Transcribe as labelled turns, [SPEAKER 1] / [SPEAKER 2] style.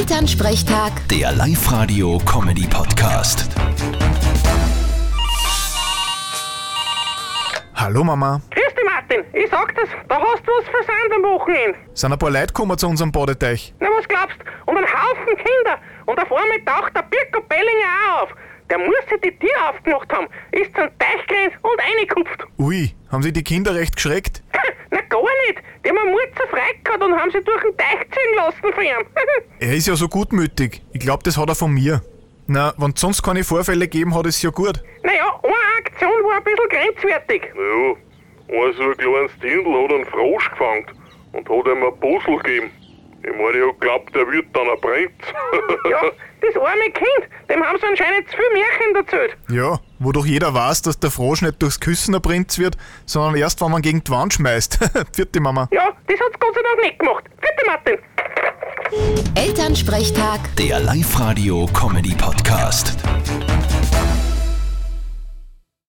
[SPEAKER 1] Elternsprechtag,
[SPEAKER 2] Der Live-Radio-Comedy-Podcast.
[SPEAKER 3] Hallo Mama,
[SPEAKER 4] Grüß dich, Martin. Ich sag das, da hast du was versandt am Wochenende.
[SPEAKER 3] sind ein paar Leute gekommen zu unserem Badeteich.
[SPEAKER 4] Na, was glaubst Und ein Haufen Kinder. Und auf einmal taucht der Birko Bellinger auch auf. Der muss sich die Tür aufgemacht haben, ist zum Teich gerannt und reingekupft.
[SPEAKER 3] Ui, haben sich die Kinder recht geschreckt?
[SPEAKER 4] Na, gar nicht. Die haben einen Mut zerfreit gehabt und haben sie durch den Teich ziehen lassen von ihm.
[SPEAKER 3] Er ist ja so gutmütig. Ich glaube, das hat er von mir. Na, wenn sonst keine Vorfälle gegeben hat, ist ja gut.
[SPEAKER 4] naja, eine Aktion war ein bisschen grenzwertig.
[SPEAKER 5] Ja, ein so ein kleines Dirndl hat einen Frosch gefangen und hat ihm ein Puzzle gegeben. Ich meine, ich hab geglaubt, der wird dann erbrennt.
[SPEAKER 4] Ja, das arme Kind, dem haben sie anscheinend zu viel Märchen erzählt.
[SPEAKER 3] Ja, wo doch jeder weiß, dass der Frosch nicht durchs Küssen erbrennt wird, sondern erst, wenn man gegen die Wand schmeißt. Vierte Mama.
[SPEAKER 4] Ja, das hat's Gott sei Dank nicht gemacht. Bitte, Martin.
[SPEAKER 1] Elternsprechtag.
[SPEAKER 2] Der Live-Radio-Comedy-Podcast.